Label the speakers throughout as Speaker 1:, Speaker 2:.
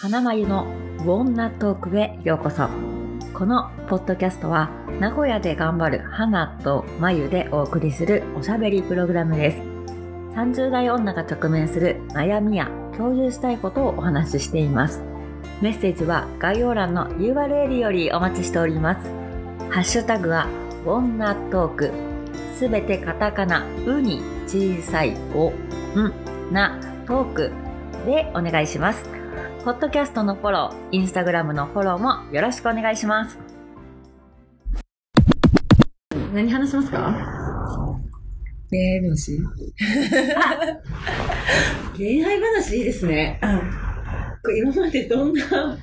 Speaker 1: 花まゆのウォンナトークへようこそこのポッドキャストは名古屋で頑張る花とまゆでお送りするおしゃべりプログラムです30代女が直面する悩みや共有したいことをお話ししていますメッセージは概要欄の URL よりお待ちしておりますハッシュタグはウォンナトークすべてカタカナウに小さいおんなトークでお願いしますポッドキャストのフォロー、インスタグラムのフォローもよろしくお願いします。何話しますか
Speaker 2: 恋愛話
Speaker 1: 恋愛話いいですね。これ今までどんな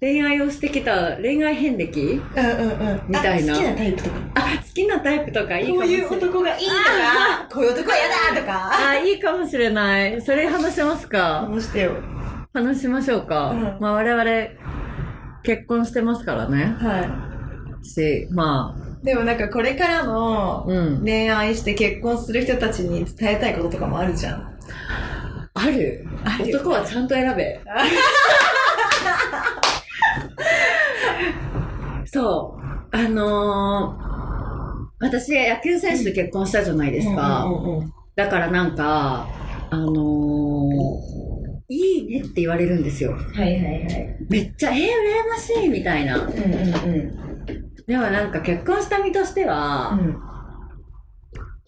Speaker 1: 恋愛をしてきた恋愛遍歴
Speaker 2: うんうんうん
Speaker 1: みたいな
Speaker 2: あ好きなタイプとか
Speaker 1: あ、好きなタイプとかいいか
Speaker 2: こ
Speaker 1: もし
Speaker 2: う
Speaker 1: れ
Speaker 2: い
Speaker 1: な
Speaker 2: う
Speaker 1: い。
Speaker 2: 男がいいとかこういう男は嫌だとか
Speaker 1: あ、いいかもしれない。それ話しますか
Speaker 2: うしてよ
Speaker 1: 話しましょうか。
Speaker 2: うん
Speaker 1: まあ我々、結婚してますからね。
Speaker 2: は
Speaker 1: し、まあ、
Speaker 2: いでもなんかこれからの
Speaker 1: うん。
Speaker 2: 恋愛して結婚する人たちに伝えたいこととかもあるじゃん
Speaker 1: ある
Speaker 2: ある
Speaker 1: 男はちゃんと選 べ。そう。あのー私、野球選手と結婚したじゃないですか。
Speaker 2: うんうんうん
Speaker 1: だからなんか、あのーいいねって言われるんですよ。
Speaker 2: はいはいはい
Speaker 1: めっちゃ、えー、羨ましいみたいな。
Speaker 2: うんうん
Speaker 1: でもなんか結婚した身としては、
Speaker 2: うん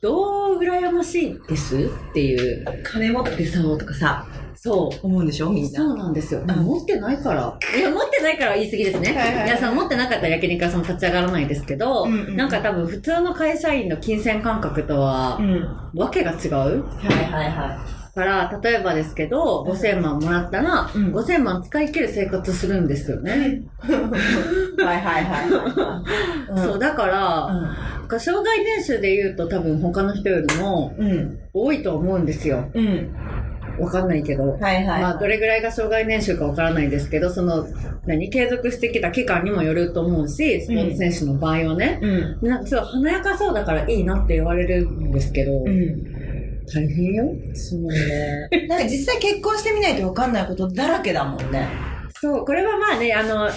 Speaker 1: どう羨ましいですっていう。
Speaker 2: うん金持ってそうとかさ
Speaker 1: そう。
Speaker 2: 思うんでしょみん
Speaker 1: そ
Speaker 2: な
Speaker 1: うなんですよ。
Speaker 2: ん
Speaker 1: でも持ってないから。いや、持ってないからは言い過ぎですね。
Speaker 2: はいはい
Speaker 1: いや、その持ってなかったら焼肉屋さん立ち上がらないですけど、
Speaker 2: うんうん
Speaker 1: なんか多分普通の会社員の金銭感覚とは、
Speaker 2: ん
Speaker 1: わけが違う
Speaker 2: はいはいは
Speaker 1: から、例えばですけど、5000万もらったら、
Speaker 2: うん
Speaker 1: 5000万使い切る生活するんですよね。
Speaker 2: いはいはいはいはい
Speaker 1: そう、だから、なんか障害年収で言うと多分他の人よりも
Speaker 2: うんうん
Speaker 1: 多いと思うんですよ。
Speaker 2: うん
Speaker 1: わかんないけど。
Speaker 2: はいはい
Speaker 1: まあ、どれぐらいが障害年収かわからないですけど、その、何、継続してきた期間にもよると思うし、スポーツ選手の場合はね、
Speaker 2: うん
Speaker 1: なんかすごい華やかそうだからいいなって言われるんですけど、
Speaker 2: うん
Speaker 1: 大変よ。
Speaker 2: そうね。 なんか実際結婚してみないと分かんないことだらけだもんね。
Speaker 1: そう、これはまあね、あの、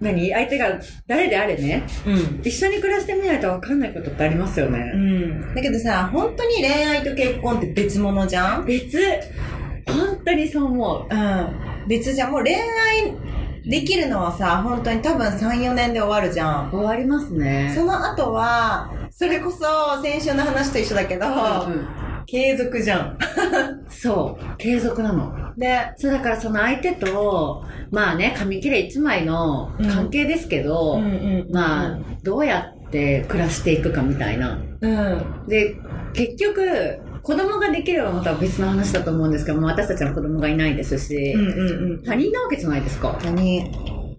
Speaker 1: 何、相手が誰であれね、
Speaker 2: うん。
Speaker 1: 一緒に暮らしてみないとわかんないことってありますよ
Speaker 2: う
Speaker 1: ね。
Speaker 2: ん。だけどさ、本当に恋愛と結婚って別物じゃん
Speaker 1: 別、本当にそう思
Speaker 2: うん。別じゃん。もう恋愛できるのはさ、本当に多分3、4年で終わるじゃ
Speaker 1: う。
Speaker 2: ん。
Speaker 1: 終わりますね。
Speaker 2: その後は、それこそ先週の話と一緒だけど、
Speaker 1: うん
Speaker 2: 継続じゃん。
Speaker 1: そう、継続なの。
Speaker 2: ね。
Speaker 1: そうだからその相手とまあね紙切れ1枚の関係ですけど、
Speaker 2: うん
Speaker 1: まあどうやって暮らしていくかみたいな
Speaker 2: うん。
Speaker 1: で結局子供ができればまた別の話だと思うんですけどもう私たちの子供がいないですし、
Speaker 2: うんうんうん。
Speaker 1: 他人なわけじゃないですか
Speaker 2: 何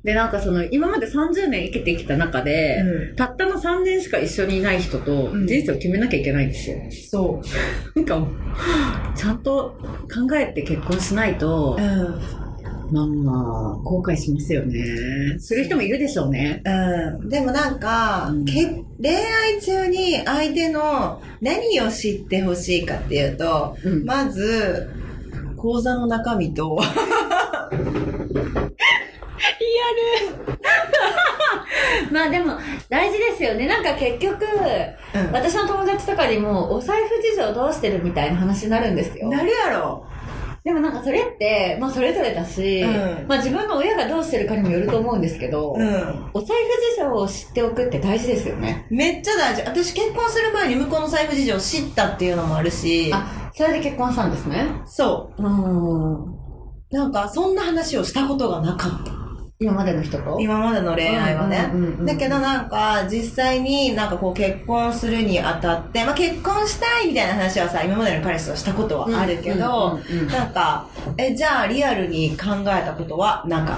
Speaker 1: でなんかその今まで30年生きてきた中で、
Speaker 2: う
Speaker 1: たったの3年しか一緒にいない人と
Speaker 2: うん
Speaker 1: 人生を決めなきゃいけないんですよ、
Speaker 2: そ
Speaker 1: なんかもうちゃんと考えて結婚しないと
Speaker 2: う。うん。
Speaker 1: まあまあ、後悔しますよね。する人もいるでしょうね。
Speaker 2: うん、でもなんか、
Speaker 1: うん
Speaker 2: け恋愛中に相手の何を知ってほしいかっていうと、
Speaker 1: うん。
Speaker 2: まず、講座の中身と、
Speaker 1: まあでも、大事ですよね。なんか結局、
Speaker 2: うん
Speaker 1: 私の友達とかにも、お財布事情どうしてるみたいな話になるんですよ。
Speaker 2: なるやろ。
Speaker 1: でもなんかそれって、まあそれぞれだし、
Speaker 2: うん
Speaker 1: まあ自分の親がどうしてるかにもよると思うんですけど、
Speaker 2: うん。
Speaker 1: お財布事情を知っておくって大事ですよね。
Speaker 2: めっちゃ大事。私結婚する前に向こうの財布事情を知ったっていうのもあるし、
Speaker 1: あ、それで結婚したんですね。
Speaker 2: そ
Speaker 1: うん。
Speaker 2: う。なんか、そんな話をしたことがなかった。
Speaker 1: 今までの人と
Speaker 2: 今までの恋愛はね。
Speaker 1: うんうんうんうん
Speaker 2: だけどなんか、実際になんかこう結婚するにあたって、まあ結婚したいみたいな話はさ、今までの彼氏としたことはあるけ
Speaker 1: う
Speaker 2: ど、
Speaker 1: んうんうんうん
Speaker 2: なんか、え、じゃあリアルに考えたことはなかっ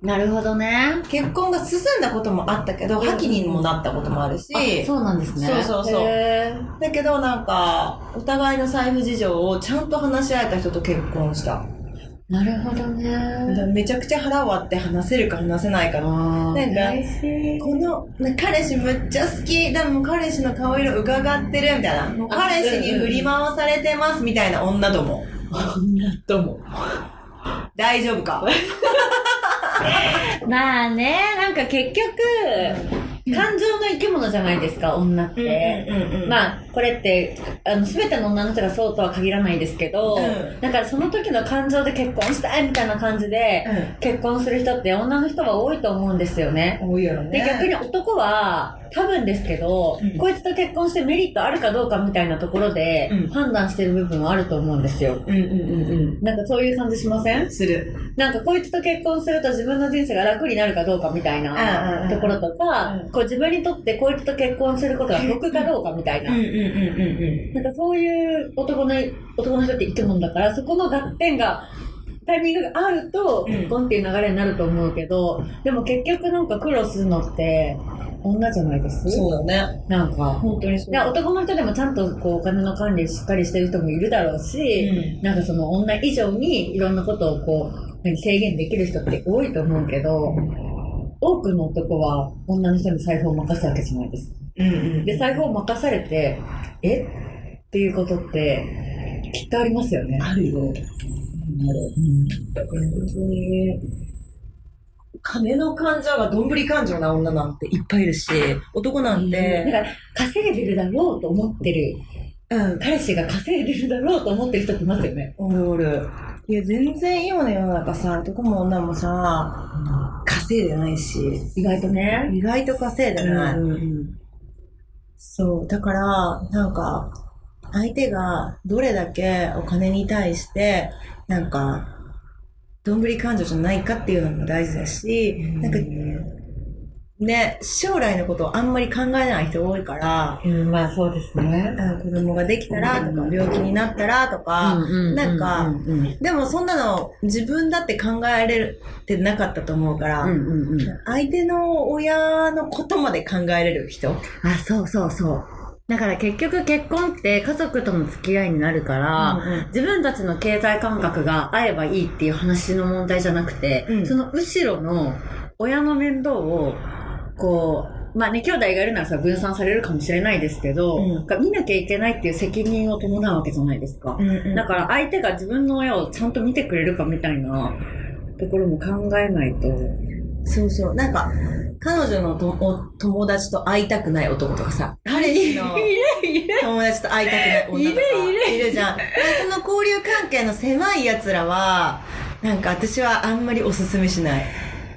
Speaker 2: た。
Speaker 1: なるほどね。
Speaker 2: 結婚が進んだこともあったけど、
Speaker 1: うん
Speaker 2: 破棄にもなったこともあるし、
Speaker 1: あそうなんですね。
Speaker 2: そうそうそう
Speaker 1: へー
Speaker 2: だけどなんか、お互いの財布事情をちゃんと話し合えた人と結婚した。
Speaker 1: なるほどね。
Speaker 2: だからめちゃくちゃ腹割って話せるか話せないかの。
Speaker 1: あー
Speaker 2: なんか
Speaker 1: 嬉しい
Speaker 2: この、な彼氏むっちゃ好き。でも彼氏の顔色伺ってるみたいな。もう彼氏に振り回されてますみたいな女ども。
Speaker 1: 女とも。
Speaker 2: 大丈夫 か。
Speaker 3: まあね、なんか結局、感情の生き物じゃないですか、女っ
Speaker 2: うん
Speaker 3: て。
Speaker 2: うんうん
Speaker 3: まあ、これって、あの、すべての女の人がそうとは限らないですけど、
Speaker 2: うん
Speaker 3: だからその時の感情で結婚したいみたいな感じで、結婚する人って女の人は多いと思うんですよね。
Speaker 2: うん。多いよね。
Speaker 3: で、逆に男は、多分ですけど、
Speaker 2: うん
Speaker 3: こいつと結婚してメリットあるかどうかみたいなところで
Speaker 2: うん、
Speaker 3: 判断してる部分はあると思うんですよ。
Speaker 2: うんうんうん
Speaker 3: なんかそういう感じしません
Speaker 2: うん。する。
Speaker 3: なんかこいつと結婚すると自分の人生が楽になるかどうかみたい
Speaker 2: うんうんう
Speaker 3: なんところとか、
Speaker 2: うん
Speaker 3: こう自分にとってこいつと結婚することが得かどうかみたいな。
Speaker 2: うんうんう
Speaker 3: なんかそういう男の男の人って生き物だから、そこの合点が、タイミングが合うと
Speaker 2: うん
Speaker 3: 結婚っていう流れになると思うけど、でも結局なんか苦労するのって女じゃないです
Speaker 2: そうだね。
Speaker 3: なんか。
Speaker 2: 本当にそう
Speaker 3: で男の人でもちゃんとこうお金の管理しっかりしてる人もいるだろうし、
Speaker 2: うん
Speaker 3: なんかその女以上にいろんなことをこう何制限できる人って多いと思うけど、多くの男は女の人に財布を任すわけじゃないですか。
Speaker 2: うんうん。
Speaker 3: で、財布を任されて、えっていうことってきっとありますよね。
Speaker 2: あるよ。本当に、金の感情がどんぶり感情な女なんていっぱいいるし、男なん
Speaker 3: だ
Speaker 2: て、
Speaker 3: から稼いでるだろうと思ってる、
Speaker 2: うん、
Speaker 3: 彼氏が稼いでるだろうと思ってる人っていますよね。
Speaker 2: おるおる。いや、全然今の世の中さ、男も女もさ、稼いでないし、
Speaker 3: 意外とね。
Speaker 2: 意外と稼いでない。
Speaker 3: うんうん
Speaker 2: そう、だから、なんか、相手がどれだけお金に対して、なんか、どんぶり感情じゃないかっていうのも大事だし、なんか、ね、将来のことをあんまり考えない人多いから、
Speaker 3: うん、まあそうですね。
Speaker 2: あ子供ができたらとか、病気になったらとか、なんか、でもそんなの自分だって考えれるってなかったと思うから、
Speaker 3: うんうん、
Speaker 2: 相手の親のことまで考えれる人。
Speaker 3: あそうそうそうだから結局結婚って家族との付き合いになるから、
Speaker 2: うんうん
Speaker 3: 自分たちの経済感覚が合えばいいっていう話の問題じゃなくて、
Speaker 2: うん
Speaker 3: その後ろの親の面倒をこうまあね兄弟がいるならさ分散されるかもしれないですけど、
Speaker 2: うん
Speaker 3: なんか見なきゃいけないっていう責任を伴うわけじゃないですか、だから相手が自分の親をちゃんと見てくれるかみたいなところも考えないと
Speaker 2: そうそう。なんか、彼女のとお友達と会いたくない男とかさ、彼氏の
Speaker 3: るいる
Speaker 2: 友達と会いたくない女とか、
Speaker 3: いるいる
Speaker 2: いるじゃん。だからその交流関係の狭い奴らは、なんか私はあんまりおすすめしない。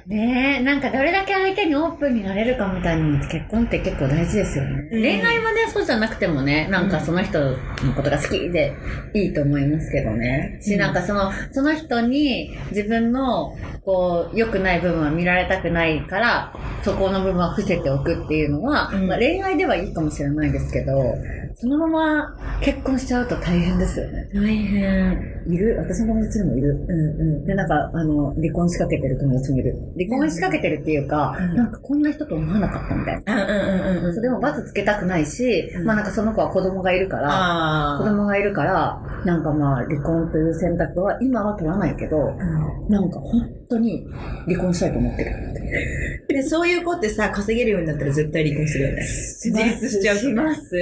Speaker 3: ねえ、なんかどれだけ相手にオープンになれるかみたいなのって結婚って結構大事ですよね。
Speaker 2: うん
Speaker 3: 恋愛はね、そうじゃなくてもね、なんかその人のことが好きでいいと思いますけどね。し、
Speaker 2: うん
Speaker 3: なんかその、その人に自分の、こう、良くない部分は見られたくないから、そこの部分は伏せておくっていうのは、
Speaker 2: うん
Speaker 3: まあ恋愛ではいいかもしれないですけど、そのまま結婚しちゃうと大変ですよね。
Speaker 2: 大変。
Speaker 3: いる私の友達にもいる。
Speaker 2: うん
Speaker 3: で、なんか、あの、離婚仕掛けてる友達もいる。離婚仕掛けてるっていうか、
Speaker 2: うん
Speaker 3: なんかこんな人と思わなかったみたいな。
Speaker 2: うん。うんうんうんうん。
Speaker 3: それでも罰つけたくないし、
Speaker 2: うん
Speaker 3: まあなんかその子は子供がいるから、
Speaker 2: あ
Speaker 3: 子
Speaker 2: あ。
Speaker 3: 供がいるから、なんかまあ離婚という選択は今は取らないけど、なんか本当に離婚したいと思ってる。
Speaker 2: で、そういう子ってさ、稼げるようになったら絶対離婚するよね。 自立しちゃうと
Speaker 3: し
Speaker 2: ね
Speaker 3: ます。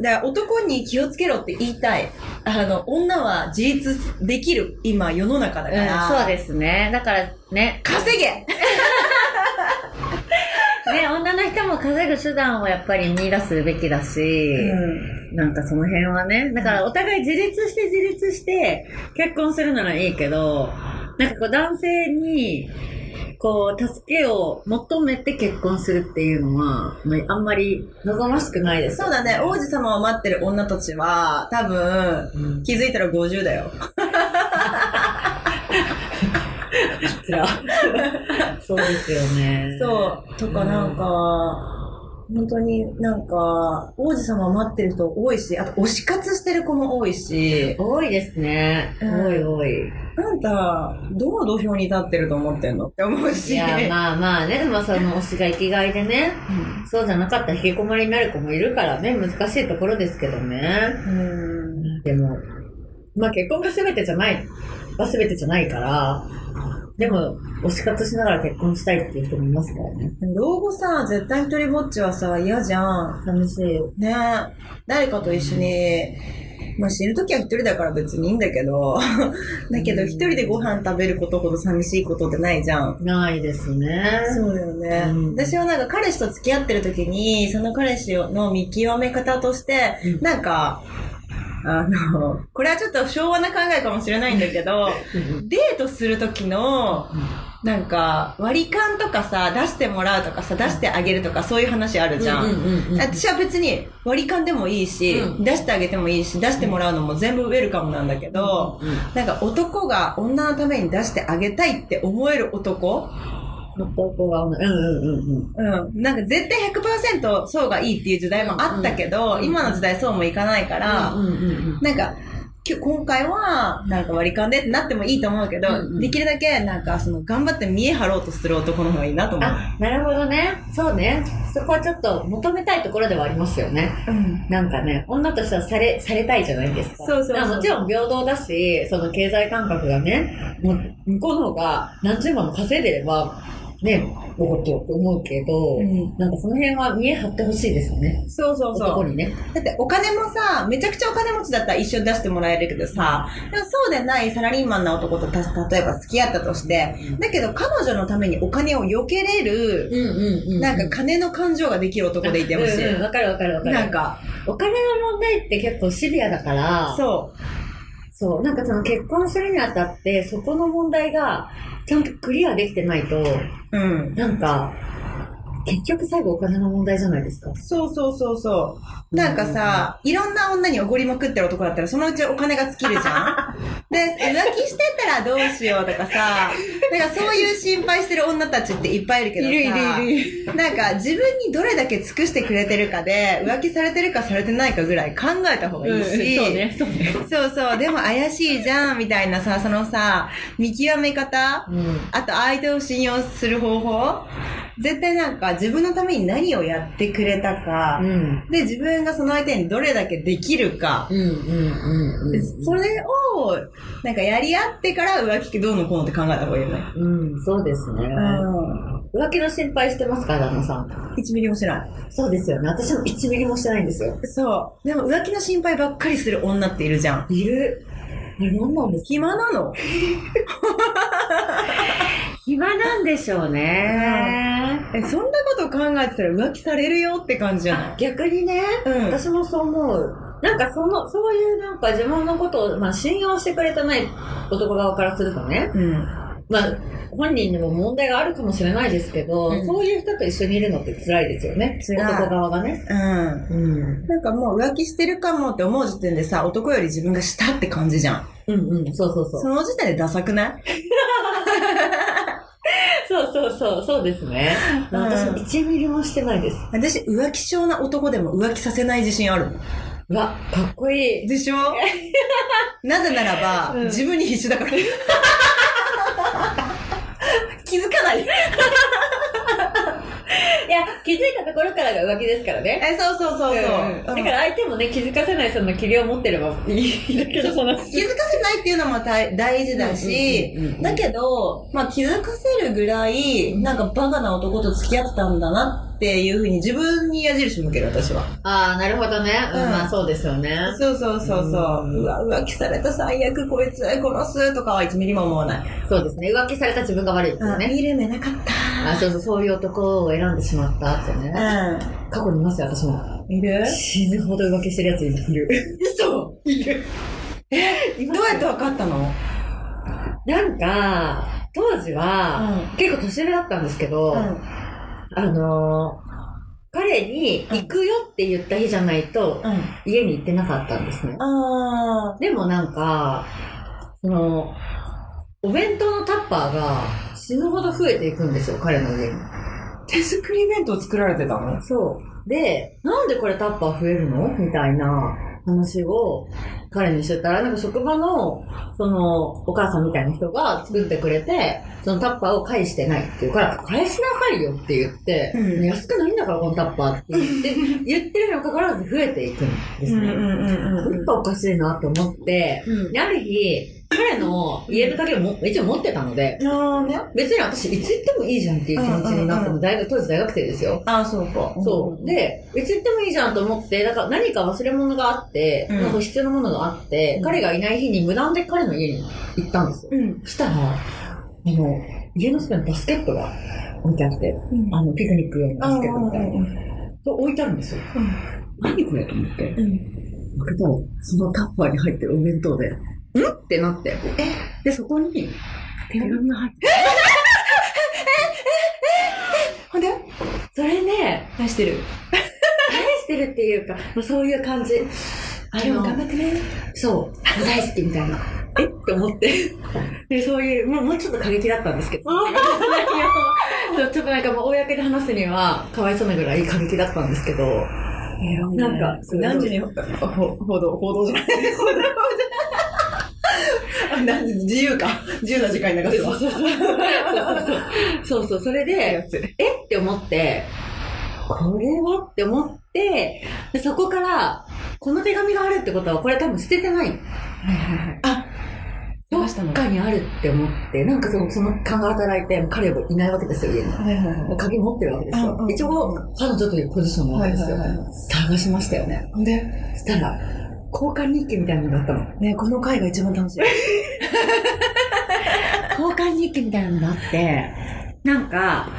Speaker 2: だから男に気をつけろって言いたい。あの、女は自立できる今世の中だか
Speaker 3: うん、
Speaker 2: ら。
Speaker 3: そうですね。だからね、
Speaker 2: 稼げ
Speaker 3: ね、女の人も稼ぐ手段をやっぱり見出すべきだし、なんかその辺はね、だからお互い自立して自立して結婚するならいいけど、なんかこう男性に、こう、助けを求めて結婚するっていうのは、まああんまり望ましくないです。
Speaker 2: そうだね、王子様を待ってる女たちは、多分、
Speaker 3: うん。
Speaker 2: 気づいたら50だよ。
Speaker 3: そうですよね。
Speaker 2: そう。とかなんか、本当になんか、王子様を待ってる人多いし、あと推し活してる子も多いし、
Speaker 3: 多いですね。
Speaker 2: うん
Speaker 3: 多い多い。
Speaker 2: あんた、どの土俵に立ってると思ってんのって思うし。
Speaker 3: いや、 まあまあね、まあその推しが生きがいでね、そうじゃなかったら引きこもりになる子もいるからね、難しいところですけどね。
Speaker 2: うん
Speaker 3: でも、まあ結婚が全てじゃない、は全てじゃないから、でも、推し活しながら結婚したいっていう人もいますからね。
Speaker 2: 老後さ、絶対一人ぼっちはさ、嫌じゃん。
Speaker 3: 寂しい。
Speaker 2: ね誰かと一緒にまあ死ぬ時は一人だから別にいいんだけど、 だけど
Speaker 3: うん
Speaker 2: 一人でご飯食べることほど寂しいことってないじゃん。
Speaker 3: ないですね。
Speaker 2: そうだよね。
Speaker 3: うん
Speaker 2: 私はなんか彼氏と付き合ってる時に、その彼氏の見極め方として、
Speaker 3: うん
Speaker 2: なんか、あの、これはちょっと昭和な考えかもしれないんだけど、
Speaker 3: うん
Speaker 2: デートする時の、なんか、割り勘とかさ、出してもらうとかさ、出してあげるとか、そういう話あるじゃん。
Speaker 3: うんうんうん
Speaker 2: 私は別に割り勘でもいいし、
Speaker 3: うん
Speaker 2: 出してあげてもいいし、出してもらうのも全部ウェルカムなんだけど、
Speaker 3: うん
Speaker 2: なんか男が女のために出してあげたいって思える男、
Speaker 3: 男は、うんうんうんうん。
Speaker 2: うん、なんか絶対100%そうがいいっていう時代もあったけど、
Speaker 3: うん
Speaker 2: 今の時代そうもいかないから、
Speaker 3: うんうんうん
Speaker 2: なんか、きゅ今回は、なんか割り勘でってなってもいいと思うけど、
Speaker 3: うんうん
Speaker 2: できるだけ、なんか、その、頑張って見え張ろうとする男の方がいいなと思う。
Speaker 3: あ、なるほどね。そうね。そこはちょっと求めたいところではありますよね。
Speaker 2: うん。
Speaker 3: なんかね、女としてはされ、されたいじゃないです
Speaker 2: そ
Speaker 3: か。
Speaker 2: うそうそう
Speaker 3: だからもちろん平等だし、その経済感覚がね、もう向こうの方が何十万も稼いでれば、ね、おごってよって思うけど、
Speaker 2: うん
Speaker 3: なんかその辺は見え張ってほしいですよね。
Speaker 2: そうそうそ
Speaker 3: 男
Speaker 2: う。
Speaker 3: にね。
Speaker 2: だってお金もさ、めちゃくちゃお金持ちだったら一緒に出してもらえるけどさ、でもそうでないサラリーマンな男とた例えば付き合ったとして、だけど彼女のためにお金を避けれる、
Speaker 3: うんうんう
Speaker 2: なんか金の感情ができる男でいてほしい。
Speaker 3: うんうんわかるわかるわかる。
Speaker 2: なんか、
Speaker 3: お金の問題って結構シビアだから、
Speaker 2: そ
Speaker 3: そう、なんかその結婚するにあたって、そこの問題がちゃんとクリアできてないと、
Speaker 2: う。うん。
Speaker 3: なんか、結局最後お金の問題じゃないですか。
Speaker 2: そうそうそうそう。なんかさ、いろんな女におごりまくってる男だったら、そのうちお金が尽きるじゃん で、浮気してたらどうしようとかさ、なんかそういう心配してる女たちっていっぱいいるけどさ、
Speaker 3: る。
Speaker 2: なんか自分にどれだけ尽くしてくれてるかで、浮気されてるかされてないかぐらい考えた方がいいし、
Speaker 3: そうね、そうね。
Speaker 2: そうそう、でも怪しいじゃんみたいなさ、そのさ、見極め方
Speaker 3: うん。
Speaker 2: あと相手を信用する方法絶対なんか自分のために何をやってくれたか、
Speaker 3: うん。
Speaker 2: で、自分がその相手にどれだけできるか、
Speaker 3: うんうんうん
Speaker 2: で
Speaker 3: う
Speaker 2: それを、なんかやり合ってから浮気どうのこうのって考えた方がいいよね。
Speaker 3: ん。うん、そうですね。浮気の心配してますから、旦那さん。
Speaker 2: 1ミリもしない。
Speaker 3: そうですよね。私も1ミリもしてないんですよ。
Speaker 2: そう。でも浮気の心配ばっかりする女っているじゃん。
Speaker 3: いる。あれ、なんなんですか
Speaker 2: 暇なの
Speaker 3: 暇なんでしょうね。
Speaker 2: え、そんなこと考えてたら浮気されるよって感じじゃない
Speaker 3: 逆にね、
Speaker 2: うん。
Speaker 3: 私もそう思う。なんかその、そういうなんか自分のことを、まあ信用してくれてない男側からするとね、
Speaker 2: うん。
Speaker 3: まあ本人にも問題があるかもしれないですけど、
Speaker 2: うん
Speaker 3: そういう人と一緒にいるのって辛いですよね。
Speaker 2: 辛い
Speaker 3: 男側がね。
Speaker 2: うん。
Speaker 3: うん。うん
Speaker 2: なんかもう浮気してるかもって思う時点でさ、男より自分がしたって感じじゃん。
Speaker 3: うん、そうそうそう。
Speaker 2: その時点でダサくない
Speaker 3: そうそうそう、そうですね。
Speaker 2: うん
Speaker 3: 私も1ミリもしてないです。
Speaker 2: 私、浮気症な男でも浮気させない自信あるもん
Speaker 3: うわ、かっこいい。
Speaker 2: で しょなぜならば、
Speaker 3: うん
Speaker 2: 自分に必死 だから。気づかない。
Speaker 3: いや、気づいたところからが浮気ですからね。
Speaker 2: え、そうそうそうそう。
Speaker 3: んだから相手もね、気づかせないその器量を持ってればいいだけど、その。
Speaker 2: 気づかせないっていうのも大大事だし
Speaker 3: うんうんうんう、ん
Speaker 2: だけど、まあ気づかせるぐらい、なんかバカな男と付き合ってたんだなっていうふうに自分に矢印向ける私は。
Speaker 3: ああ、なるほどね。うん、
Speaker 2: うん
Speaker 3: まあそうですよね。
Speaker 2: そうそうそうそう。う
Speaker 3: うん
Speaker 2: わ、浮気された最悪こいつ殺すとかは1ミリも思わない。
Speaker 3: そうですね。浮気された自分が悪いですよね。
Speaker 2: 見る目なかった。
Speaker 3: あそうそう、そういう男を選んでしまったってね。過去にいますよ、私も。
Speaker 2: うん。いる
Speaker 3: 死ぬほど浮気してるやついる。
Speaker 2: 嘘
Speaker 3: いる。え
Speaker 2: どうやって分かったの
Speaker 3: なんか、当時は、結構年上だったんですけど、
Speaker 2: う
Speaker 3: あのー彼に行くよって言った日じゃないと、
Speaker 2: ん。
Speaker 3: 家に行ってなかったんですね。
Speaker 2: あ
Speaker 3: でもなんか、その、お弁当のタッパーが死ぬほど増えていくんですよ、彼の家に。
Speaker 2: ー。手作り弁当作られてたの
Speaker 3: そう。で、なんでこれタッパー増えるのみたいな話を彼にしてたら、なんか職場の、その、お母さんみたいな人が作ってくれて、そのタッパーを返してないっていうから、返しなさいよって言って、
Speaker 2: うん
Speaker 3: 安くないんだからこのタッパーって言って、 言ってるにもかかわらず増えていくんですね。
Speaker 2: んうん
Speaker 3: やっぱおかしいなと思って、
Speaker 2: うん
Speaker 3: である日、彼の家の鍵をも一応持ってたので、
Speaker 2: ああね。
Speaker 3: 別に私いつ行ってもいいじゃんっていう気持ちになった
Speaker 2: うんうんう
Speaker 3: の、
Speaker 2: ん
Speaker 3: 大学、当時大学生ですよ。
Speaker 2: ああ、そうか。
Speaker 3: そう。で、いつ行ってもいいじゃんと思って、だから何か忘れ物があって、
Speaker 2: うん
Speaker 3: なんか必要なものがあって、
Speaker 2: うん
Speaker 3: 彼がいない日に無断で彼の家に行ったんですよ。
Speaker 2: うん。
Speaker 3: そしたら、あの、家の下にバスケットが置いてあって、
Speaker 2: うん。
Speaker 3: あの、ピクニック用のバスケットみたいな。
Speaker 2: う
Speaker 3: そう置いてあるんですよ。何これと思って。
Speaker 2: ん。
Speaker 3: だけど、そのタッパーに入ってるお弁当で、んってなって。で、そこに、手紙が入って。
Speaker 2: ほんで
Speaker 3: それね、
Speaker 2: 出してる。
Speaker 3: 愛してるっていうか、まあ、そういう感じ。あ
Speaker 2: 今日も頑張ってね。
Speaker 3: そう、大好きみたいな。えって思って。で、そういう、もうもうちょっと過激だったんですけど。 そうちょっとなんかもう公で話すには、かわいそうなぐらい過激だったんですけど。なんかすごい
Speaker 2: 何時にほほ報道、報道じゃない報道じゃない。あ何時自由か。自由な時間に流すわ。
Speaker 3: そうそう、それで、えって思って、これはって思って、でそこから、この手紙があるってことは、これ多分捨ててない。ど
Speaker 2: 流
Speaker 3: っ
Speaker 2: したの
Speaker 3: かにあるって思って、なんかそのその勘が働いて、もう彼はいないわけですよ、家に。
Speaker 2: はいはいは
Speaker 3: 鍵持ってるわけです
Speaker 2: うん
Speaker 3: よ
Speaker 2: う。ん
Speaker 3: 一応、彼女というポジションなわけですよ
Speaker 2: はいはいはい。
Speaker 3: 探しましたよね。
Speaker 2: い。ほんで、
Speaker 3: そしたら、交換日記みたいなのがあったの。
Speaker 2: ね、この回が一番楽しい。
Speaker 3: 交換日記みたいなのがあって、なんか、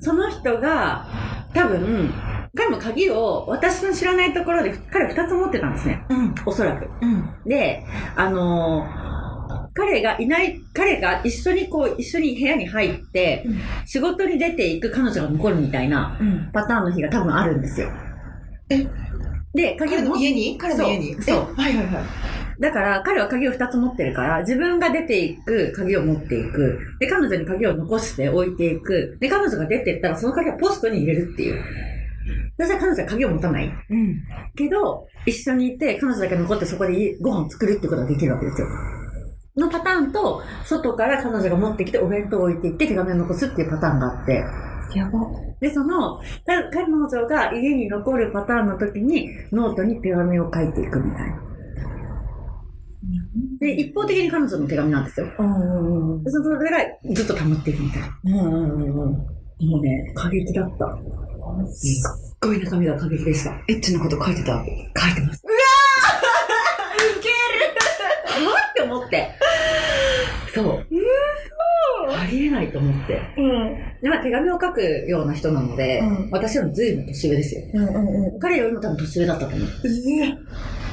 Speaker 3: その人が、多分、彼も鍵を私の知らないところで、彼2つ持ってたんですね。
Speaker 2: うん。
Speaker 3: おそらく。
Speaker 2: うん。
Speaker 3: で、あのー彼がいない、彼が一緒にこう、一緒に部屋に入って、
Speaker 2: うん
Speaker 3: 仕事に出ていく彼女が残るみたいな
Speaker 2: うん。
Speaker 3: パターンの日が多分あるんですよ。
Speaker 2: え
Speaker 3: で、鍵を
Speaker 2: 彼
Speaker 3: 持
Speaker 2: の
Speaker 3: っ
Speaker 2: 家に彼の家に。
Speaker 3: そう
Speaker 2: えはいはいはい。
Speaker 3: だから、彼は鍵を2つ持ってるから、自分が出ていく、鍵を持っていく。で、彼女に鍵を残して置いていく。で、彼女が出てったら、その鍵をポストに入れるっていう。そしたら彼女は鍵を持たない。
Speaker 2: うん。
Speaker 3: けど、一緒にいて、彼女だけ残ってそこでご飯を作るってことができるわけですよ。のパターンと、外から彼女が持ってきてお弁当を置いていって手紙を残すっていうパターンがあって。
Speaker 2: やば。
Speaker 3: で、その、た彼女が家に残るパターンの時に、ノートに手紙を書いていくみたいな。で、一方的に彼女の手紙なんですよ。
Speaker 2: うんうん
Speaker 3: でそのそれがずっと溜まっていくみたいな。
Speaker 2: うんうん。
Speaker 3: もうね、過激だった。すっごい中身が過激でした。
Speaker 2: エッチなこと書いてた。
Speaker 3: 書いてます。うわーウケるはって思って。そう。ありえないと思って。
Speaker 2: うん。
Speaker 3: でまあ手紙を書くような人なので、
Speaker 2: うん
Speaker 3: 私よりも随分年上ですよ。
Speaker 2: うんうんうん。
Speaker 3: 彼よりも多分年上だったと思う。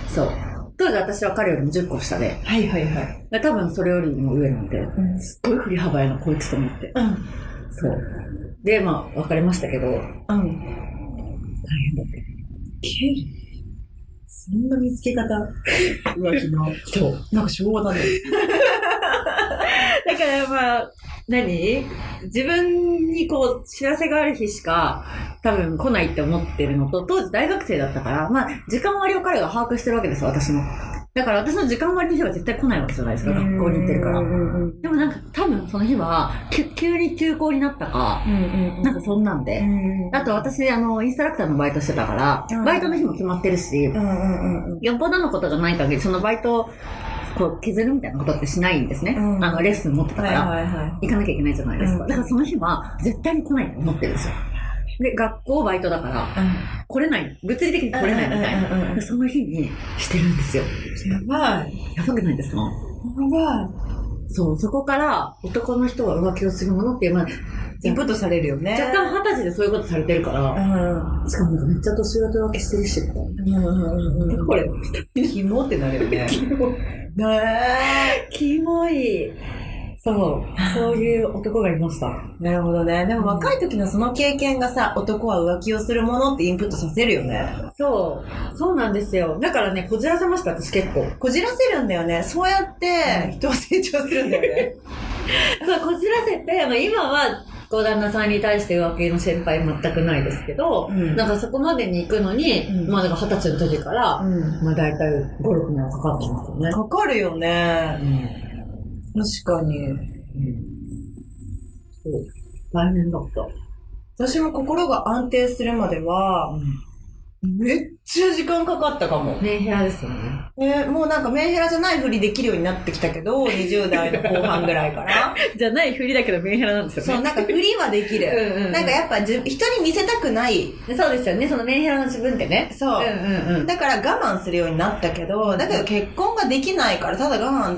Speaker 3: そう。当時私は彼よりも10個下で、
Speaker 2: はいはいはい。
Speaker 3: 多分それよりも上なんで、
Speaker 2: うん。
Speaker 3: すっごい振り幅やな、こいつと思って。そう。で、まあ、別れましたけど、大変だ
Speaker 2: うん。うん。
Speaker 3: っ
Speaker 2: そんな見つけ方。浮気の。
Speaker 3: た。そう。
Speaker 2: なんか昭和だね。
Speaker 3: だからまあ、何自分にこう、知らせがある日しか、多分来ないって思ってるのと、当時大学生だったから、まあ、時間割を彼が把握してるわけですよ、私の。だから私の時間割の日は絶対来ないわけじゃないですか、学校に行ってるか
Speaker 2: う
Speaker 3: ら。
Speaker 2: んうん
Speaker 3: でもなんか、多分その日は、きゅ急に休校になったか、
Speaker 2: うん。
Speaker 3: なんかそんなんで。
Speaker 2: うん
Speaker 3: あと私、あの、インストラクターのバイトしてたから
Speaker 2: う、ん
Speaker 3: バイトの日も決まってるし
Speaker 2: う、んうんうんうん。
Speaker 3: よっぽどのことがない限り、そのバイトを、こう、削るみたいなことってしないんですね。
Speaker 2: うん
Speaker 3: あの、レッスン持ってたから。
Speaker 2: いは
Speaker 3: 行かなきゃいけないじゃないですか。
Speaker 2: うん
Speaker 3: だからその日は絶対に来ないと思ってるんですよ。で、学校バイトだから、
Speaker 2: い。うん。
Speaker 3: 来れない、物理的に来れないみたいな。
Speaker 2: うんうんうんうん
Speaker 3: でその日にしてるんですよ。
Speaker 2: やばい。
Speaker 3: やばくないですか
Speaker 2: やば
Speaker 3: そう、そこから男の人は浮気をするものっていう、まあ、
Speaker 2: い。インプットされるよね。
Speaker 3: 若干二十歳でそういうことされてるから、
Speaker 2: 干。
Speaker 3: しかもなんかめっちゃ年上と浮気してるし、みたい
Speaker 2: うん。うんうん
Speaker 3: な。
Speaker 2: こ
Speaker 3: こ
Speaker 2: れ、
Speaker 3: れ、
Speaker 2: キモってなるよね。ね
Speaker 3: キモい。そう、そういう男がいました。
Speaker 2: え。なるほどね。でも若い時のその経験がさ、男は浮気をするものってインプットさせるよね。
Speaker 3: そう、そうなんですよ。だからね、こじらせました、私結構。
Speaker 2: こじらせるんだよね。そうやって人は成長するんだよね。
Speaker 3: そう、こじらせて、まあ、今は、こう、旦那さんに対して浮気の先輩全くないですけど、
Speaker 2: うん
Speaker 3: なんかそこまでに行くのに、
Speaker 2: うん
Speaker 3: まあ、なんか二十歳の時から、
Speaker 2: う
Speaker 3: まあ、大体5、6年はかかってますよね。
Speaker 2: かかるよね。
Speaker 3: うん。
Speaker 2: 確かに。
Speaker 3: そう。大変だった。
Speaker 2: 私も心が安定するまでは、めっちゃ時間かかったかも。
Speaker 3: メンヘラですよね。
Speaker 2: ね、もうなんかメンヘラじゃないふりできるようになってきたけ ど、20代の後半ぐらいから。
Speaker 1: じゃないふりだけどメンヘラなんです
Speaker 2: そう、。なんかふりはできる。
Speaker 3: うんうん
Speaker 2: なんかやっぱじゅ人に見せたくない。
Speaker 3: そうですよね、そのメンヘラの自分ってね。
Speaker 2: そう。
Speaker 3: うんうんうん。
Speaker 2: だから我慢するようになったけど、だけど結婚ができないから、ただ我慢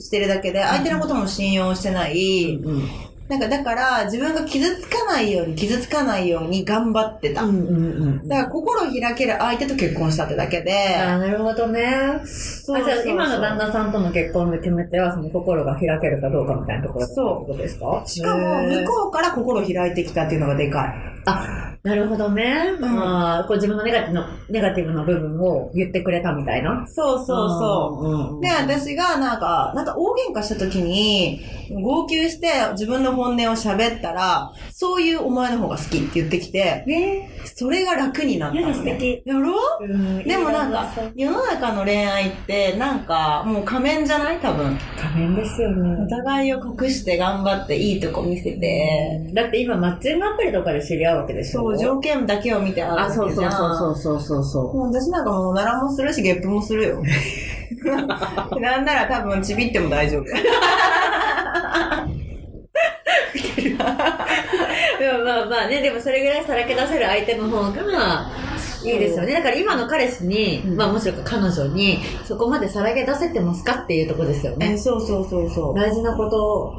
Speaker 2: してるだけで、相手のことも信用してない。
Speaker 3: うん
Speaker 2: なんかだから、自分が傷つかないように、傷つかないように頑張ってた。
Speaker 3: うんうんうん。
Speaker 2: だから心を開ける相手と結婚したってだけで。
Speaker 3: あーなるほどね。
Speaker 2: そう
Speaker 3: あじゃあ今の旦那さんとの結婚の決め手は、その心が開けるかどうかみたいなところ
Speaker 2: そう
Speaker 3: うですか
Speaker 2: しかも、向こうから心を開いてきたっていうのがでかい。
Speaker 3: あ、なるほどね。
Speaker 2: ん
Speaker 3: まあ、こう自分のネガティブの、ネガティブな部分を言ってくれたみたいな。
Speaker 2: そうそうそう。
Speaker 3: うんうん
Speaker 2: で、私がなんか、なんか大喧嘩した時に、号泣して自分の本音を喋ったら、そういうお前の方が好きって言ってきて、
Speaker 3: ね
Speaker 2: それが楽になったの、ね。
Speaker 3: いや素敵
Speaker 2: やろう
Speaker 3: うん
Speaker 2: でもなんか、世の中の恋愛って、なんか、もう仮面じゃない多分。
Speaker 3: 仮面ですよね
Speaker 2: お。互いを隠して頑張っていいとこ見せて、
Speaker 3: だって今、マッチングアプリとかで知り合うわけでしょ
Speaker 2: そう、条件だけを見てあ
Speaker 3: あ、そうそうそうそううそうそうそ
Speaker 2: もう私なんかもう、ならもするし、ゲップもする よ。なんなら多分、ちびっても大丈夫。
Speaker 3: う。でもまあまあね、でもそれぐらいさらけ出せる相手の方が、いいですよね。だから今の彼氏に、
Speaker 2: うん
Speaker 3: まあもしろ彼女に、そこまでさらけ出せてますかっていうとこですよね
Speaker 2: え、。そうそうそうそう。
Speaker 3: 大事なことを、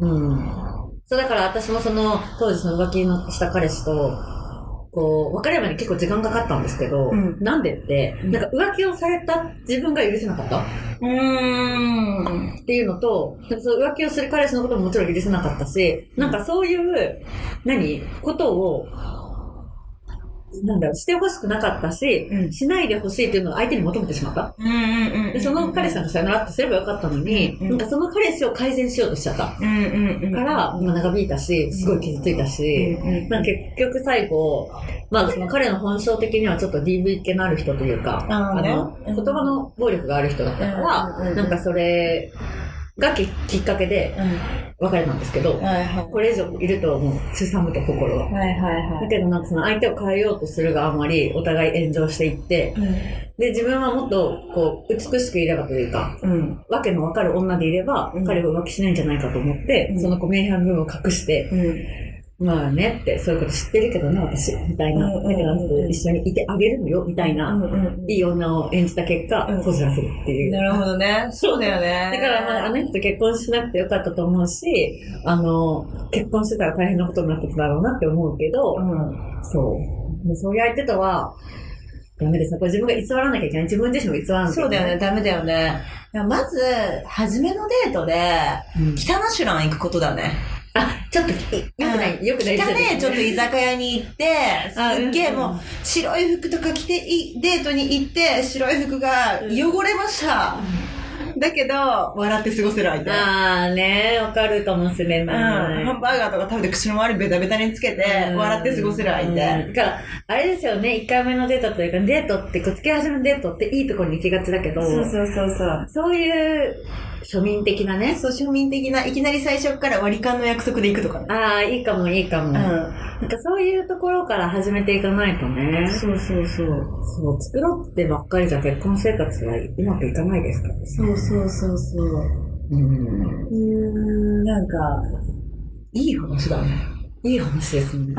Speaker 3: うん。そう、だから私もその、当時その浮気のした彼氏と、こう、別れるまで結構時間かかったんですけど、
Speaker 2: うん
Speaker 3: なんでって、
Speaker 2: うん
Speaker 3: なんか浮気をされた自分が許せなかったっ
Speaker 2: うーん。
Speaker 3: ていうのと、なんかその浮気をする彼氏のことももちろん許せなかったし、なんかそういう、何、ことを、なんだろう、してほしくなかったし、
Speaker 2: うん
Speaker 3: しないでほしいっていうのを相手に求めてしまった。
Speaker 2: うんうんう
Speaker 3: で、その彼氏なんかさよならってすればよかったのに、
Speaker 2: うん
Speaker 3: なんかその彼氏を改善しようとしちゃった。
Speaker 2: うんうんうん。
Speaker 3: から、まあ、長引いたし、すごい傷ついた
Speaker 2: うん
Speaker 3: し、
Speaker 2: うん、
Speaker 3: まあ、結局最後、まあ、その彼の本性的にはちょっと DV 系のある人というか、
Speaker 2: あーね
Speaker 3: の、
Speaker 2: うん
Speaker 3: 言葉の暴力がある人だったから、
Speaker 2: うんうんうん
Speaker 3: なんかそれがききっかけで
Speaker 2: うん。
Speaker 3: 別れなんですけど、
Speaker 2: はいはい。
Speaker 3: これ以上いるともう、すさむと心が。
Speaker 2: はいはいは
Speaker 3: だ
Speaker 2: い。
Speaker 3: けどなんかその相手を変えようとするがあまりお互い炎上していって、で、自分はもっとこう、美しくいればというか、
Speaker 2: うん。
Speaker 3: わけのわかる女でいれば、
Speaker 2: うん
Speaker 3: 彼は浮気しないんじゃないかと思って、
Speaker 2: うん
Speaker 3: その子名半分を隠して、
Speaker 2: うん。
Speaker 3: まあねって、そういうこと知ってるけどね、私、みたいな。
Speaker 2: うんうんうん
Speaker 3: だから一緒にいてあげるのよ、みたいな、
Speaker 2: うんうん。
Speaker 3: いい女を演じた結果
Speaker 2: うん、
Speaker 3: こじらせるっていう。
Speaker 2: なるほどね。そうだよ
Speaker 3: だ
Speaker 2: ね。
Speaker 3: から、まあ、あの人と結婚しなくてよかったと思うし、あの、結婚してたら大変なことになってただろうなって思うけど、
Speaker 2: うん。
Speaker 3: そう。でそういう相手とは、ダメですね。これ自分が偽らなきゃいけない。自分自身も偽らなきゃいけ
Speaker 2: そう
Speaker 3: ない。
Speaker 2: だよね、ダメだよね。いやまず、初めのデートで、
Speaker 3: うん。
Speaker 2: 北ナシュラン行くことだね。
Speaker 3: あ、ちょっと、よくない、よくない。
Speaker 2: 北ね、ちょっと居酒屋に行って、
Speaker 3: あ
Speaker 2: すっげえ
Speaker 3: うん
Speaker 2: もう、白い服とか着てい、デートに行って、白い服が汚れました。だけど、笑って過ごせる相手。
Speaker 3: あーねわかるかもしれ
Speaker 2: うん、
Speaker 3: ない。
Speaker 2: ハンバーガーとか食べて口の周りベタベタにつけて、笑って過ごせる相手。
Speaker 3: うんだから、あれですよね、1回目のデートというか、デートって、こう付き合い始めのデートっていいところに行きがちだけど、
Speaker 2: そうそうそう。
Speaker 3: そういう庶民的なね、
Speaker 2: そう、庶民的な、いきなり最初から割り勘の約束で行くとかね。
Speaker 3: ああ、いいかも、いいかも、なんかそういうところから始めていかないとね、
Speaker 2: そうそうそう。
Speaker 3: そう、作ろうってばっかりじゃ結婚生活はうまくいかないですからね。
Speaker 2: そうそうそうそう。
Speaker 3: うん。
Speaker 2: うーん、なんか、いい話だね。
Speaker 3: いい話です ね。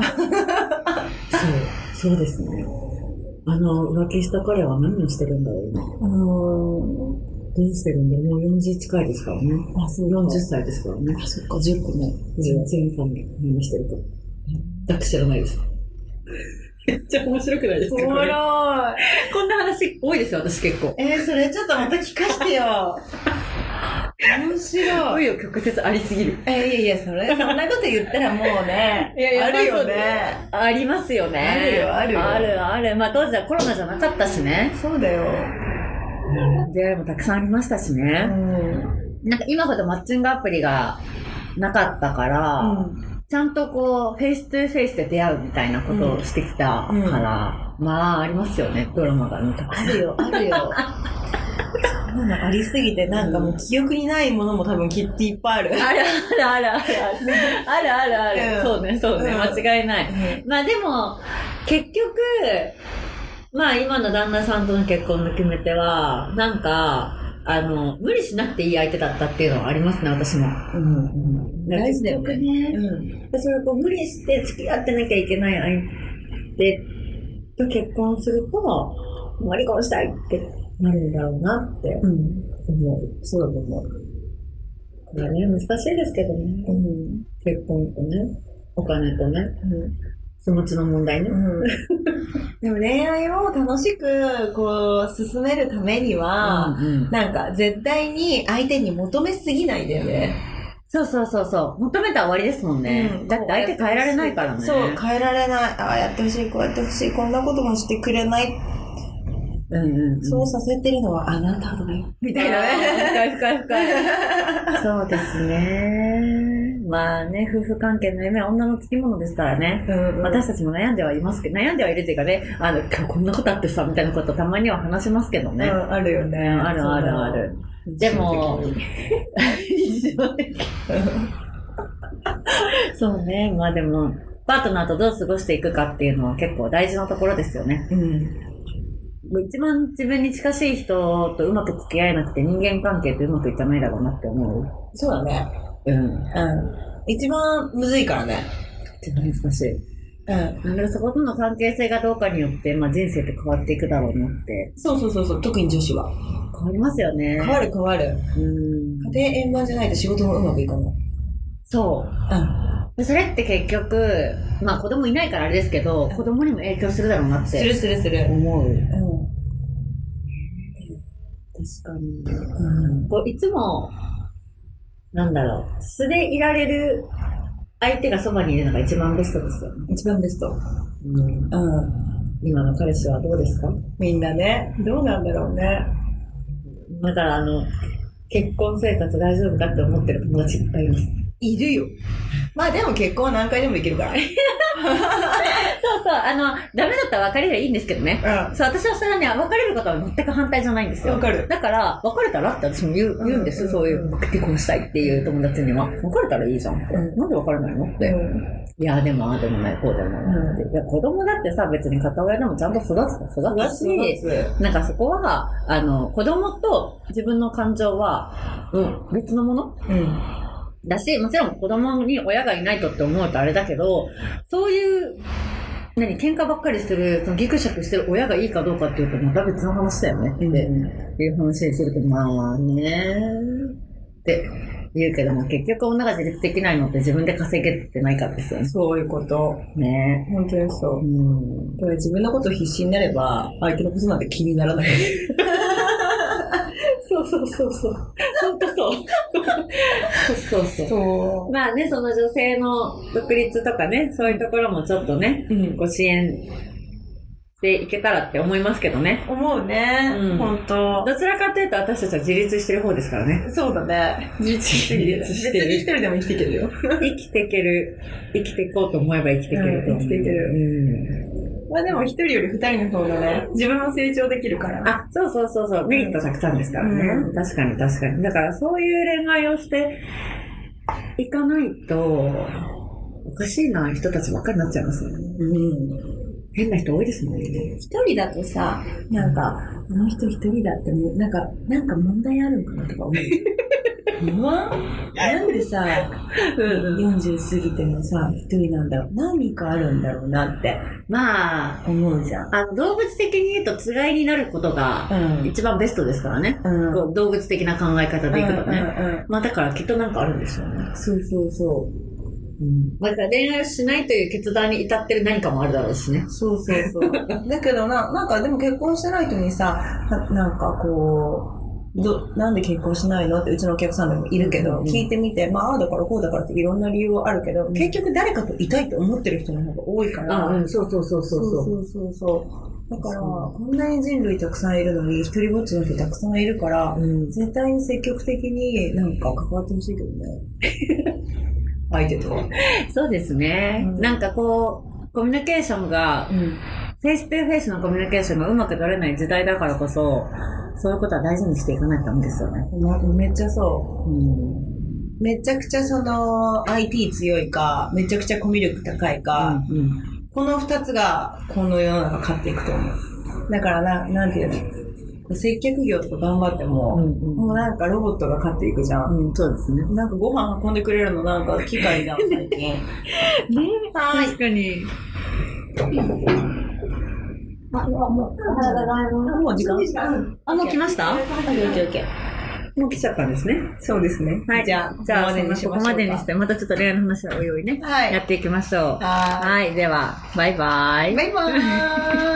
Speaker 3: そう、そうですね。あの、浮気した彼は何をしてるんだろう、今。
Speaker 2: うーん。
Speaker 3: どうしてるんで、もう40近いですからね。あ、そう、40歳ですからね。
Speaker 2: あ、そっか、10個ね。
Speaker 3: 全然関係何してるか。全く知らないです。めっちゃ面白くないです
Speaker 2: お
Speaker 3: か
Speaker 2: も
Speaker 3: これ
Speaker 2: ろい。
Speaker 3: こんな話多いですよ、私結構。
Speaker 2: えー、それちょっとまた聞かしてよ。面 白い。
Speaker 3: よ曲折ありすぎる。。
Speaker 2: えー、いやいや、それ、そんなこと言ったらもうね
Speaker 3: いやいや
Speaker 2: あるよ
Speaker 3: ま
Speaker 2: ね。
Speaker 3: ありますよね。
Speaker 2: あるよあるよ
Speaker 3: あるある。まあ当時はコロナじゃなかったしね。
Speaker 2: そうだよ。
Speaker 3: 出会いもたくさんありましたし
Speaker 2: う
Speaker 3: ね。
Speaker 2: ん。
Speaker 3: なんか今ほどマッチングアプリがなかったから、ちゃんとこう、フェイストゥーフェイスで出会うみたいなことをしてきたから、
Speaker 2: うんうん
Speaker 3: まあ、ありますよね、ドラマが見たく
Speaker 2: あるよ、ある よ。そんなのありすぎて、なんかもう記憶にないものも多分きっといっぱいある。
Speaker 3: あるあるあるあるあるあるあるある、
Speaker 2: うん
Speaker 3: そうね、そうね、
Speaker 2: うん
Speaker 3: 間違いない。まあでも、結局、まあ今の旦那さんとの結婚の決め手は、なんか、あの、無理しなくていい相手だったっていうのはありますね、私も。
Speaker 2: うんうん。
Speaker 3: なんか
Speaker 2: 大事だよ
Speaker 3: 結
Speaker 2: ね。
Speaker 3: 局
Speaker 2: うん。
Speaker 3: 私はこう無理して付き合ってなきゃいけない相手と結婚すると、もう離婚したいってなるんだろうなって
Speaker 2: うん。
Speaker 3: 思う。そうだと思う。これね、難しいですけどね。
Speaker 2: うん。
Speaker 3: 結婚とね、お金とね、気持ちの問題ね。
Speaker 2: でも恋愛を楽しく、こう、進めるためには、
Speaker 3: うん
Speaker 2: なんか絶対に相手に求めすぎないだよね。
Speaker 3: そうそうそうそう。求めたら終わりですもんね。
Speaker 2: うん
Speaker 3: だって相手変えられないからね。
Speaker 2: そう、変えられない。ああ、やってほしい、こうやってほしい、こんなこともしてくれない。
Speaker 3: うんうんうん。
Speaker 2: そうさせてるのはあなただよ。みたいなね。
Speaker 3: 深い深い深い。そうですね。まあね、夫婦関係の夢は女のつきものですからね。
Speaker 2: うん
Speaker 3: 私たちも悩んではいますけど、悩んではいるっていうかね、あの、今日こんなことあってさ、みたいなことたまには話しますけど
Speaker 2: う
Speaker 3: ね。
Speaker 2: ん、あるよね。
Speaker 3: うんあるあるある。でも、そうね、まあでも、パートナーとどう過ごしていくかっていうのは結構大事なところですよね。
Speaker 2: うん。
Speaker 3: 一番自分に近しい人とうまく付き合えなくて人間関係ってうまくいかないだろうなって思
Speaker 2: そうだね。
Speaker 3: う。うん。
Speaker 2: うん。一番むずいからね。
Speaker 3: 一番難しい。
Speaker 2: うん。
Speaker 3: なんかそことの関係性がどうかによって、まあ人生って変わっていくだろうなって。
Speaker 2: そうそうそうそう、特に女子は。
Speaker 3: 変わりますよね。
Speaker 2: 変わる変わる。
Speaker 3: うん。
Speaker 2: 家庭円満じゃないと仕事もうまくいかない。
Speaker 3: そう。
Speaker 2: うん。
Speaker 3: でそれって結局、まあ子供いないからあれですけど、子供にも影響するだろうなっ
Speaker 2: す
Speaker 3: て
Speaker 2: るするする。
Speaker 3: 思う。
Speaker 2: うん。
Speaker 3: 確かに。
Speaker 2: うん。
Speaker 3: こういつも、なんだろう、素でいられる相手がそばにいるのが一番ベストですよね。
Speaker 2: 一番ベスト。
Speaker 3: うん、
Speaker 2: うん。
Speaker 3: 今の彼氏はどうですか
Speaker 2: みんなね、どうなんだろうね。
Speaker 3: まだあの、結婚生活大丈夫かって思ってる友達いっぱいいます。
Speaker 2: いるよ。まあでも結婚は何回でもいけるから。
Speaker 3: そうそう、あの、ダメだったら別れりゃいいんですけどね。そう、私はそれはね、別れることは全く反対じゃないんですよ。
Speaker 2: わかる
Speaker 3: だから、別れたらって私も言う言うんです、
Speaker 2: うん
Speaker 3: そういう、結婚したいっていう友達には。別れたらいいじゃんって。
Speaker 2: うん
Speaker 3: なんで別れないのっ
Speaker 2: う
Speaker 3: て。
Speaker 2: ん。
Speaker 3: いや、でも、ああでもない、こうでもないって。いや、子供だってさ、別に片親でもちゃんと育つと育つし、なんかそこは、あの、子供と自分の感情は、うん、別のもの
Speaker 2: うん。
Speaker 3: だし、もちろん子供に親がいないとって思うとあれだけど、そういう、何、喧嘩ばっかりする、そのギクシャクしてる親がいいかどうかっていうと、また別の話だよねって、いう話にするけど、まあねって言うけども、結局女が自立できないのって自分で稼げてないからですよね。
Speaker 2: そういうこと。
Speaker 3: ね
Speaker 2: 本当にそうう。
Speaker 3: ん
Speaker 2: だから自分のこと必死になれば、相手のことなんて気になら ない。
Speaker 3: そうそうそうそう。本当そう。そうそうそう。
Speaker 2: そ
Speaker 3: まあね、その女性の独立とかね、そういうところもちょっとね、
Speaker 2: う。うん。
Speaker 3: ご支援していけたらって思いますけどね。
Speaker 2: 思うね
Speaker 3: うん
Speaker 2: 本当。
Speaker 3: どちらかというと私たちは自立してる方ですからね。
Speaker 2: そうだね。自立してる。
Speaker 3: 自立してる
Speaker 2: 別に一人でも生きていけるよ。
Speaker 3: 生きていける、生きていこうと思えば生きていけると思う。
Speaker 2: うん生きていけ
Speaker 3: る。
Speaker 2: まあでも一人より二人の方がね、自分も成長できるから。
Speaker 3: あ、そうそうそうそう、メリットたくさんですからね。
Speaker 2: うん
Speaker 3: 確かに確かに。だからそういう恋愛をしていかないと、おかしいな人たちばっかりになっちゃいますよね。
Speaker 2: うん。
Speaker 3: 変な人多いですもんね。
Speaker 2: 一人だとさ、なんか、あの人一人だってもう、なんか、なんか問題あるんかなとか思う。 うわなんでさ、40過ぎてもさ、一人なんだろう。何かあるんだろうなって
Speaker 3: まあ、
Speaker 2: 思うじゃん。
Speaker 3: あの動物的に言うとつがいになることが
Speaker 2: うん。
Speaker 3: 一番ベストですからね。
Speaker 2: うん。
Speaker 3: こう動物的な考え方でいくとね。
Speaker 2: うん
Speaker 3: まあだからきっとなんかあるんですよね。
Speaker 2: そうそうそ
Speaker 3: まあだから恋愛をしないという決断に至ってる何かもあるだろうしね
Speaker 2: う。。そうそう そう。だけどな、なんかでも結婚してない人にさ、ななんかこう、ど、なんで結婚しないのってうちのお客さんでもいるけど、
Speaker 3: うん
Speaker 2: 聞いてみて、まあ、ああだからこうだからっていろんな理由はあるけど、
Speaker 3: ん
Speaker 2: 結局誰かといたいと思ってる人の方が多いから、
Speaker 3: あ、うん、そうそうそうそうそう。
Speaker 2: そうそうそう。だから、
Speaker 3: そ
Speaker 2: こんなに人類たくさんいるのに、一人ぼっちの人たくさんいるから、
Speaker 3: うん
Speaker 2: 絶対に積極的になんか関わってほしいけどね。 相手とは。
Speaker 3: そうですね、
Speaker 2: うん
Speaker 3: なんかこう、コミュニケーションが、
Speaker 2: うん。
Speaker 3: フェイスとフェイスのコミュニケーションがうまく取れない時代だからこそ、そういうことは大事にしていかないとダメですよね。
Speaker 2: まめっちゃそうう。めちゃくちゃその、IT 強いか、めちゃくちゃコミュ力高いか、
Speaker 3: ん。うん。
Speaker 2: この二つが、この世の中勝っていくと思う。だからな、なんていうの接客業とか頑張っても、もうなんかロボットが買っていくじゃん。
Speaker 1: うん、そうですね。
Speaker 2: なんかご飯運んでくれるのなんか機械じゃん、最近。
Speaker 1: ね確かに。あ、もう、もう時間。あ、もう来ましたオッケーオッケー。もう来ちゃったんですね。
Speaker 2: そうですね。
Speaker 1: はい。
Speaker 2: じゃあ、
Speaker 1: じゃあ、
Speaker 2: ここまで
Speaker 1: こ
Speaker 2: にしましょうか
Speaker 1: こまでにして、またちょっと恋愛の話はおいおいね、
Speaker 2: は
Speaker 1: や
Speaker 2: い。
Speaker 1: っていきましょう。
Speaker 2: は
Speaker 1: はい。では、バイバイ。
Speaker 2: い。バイバーイ。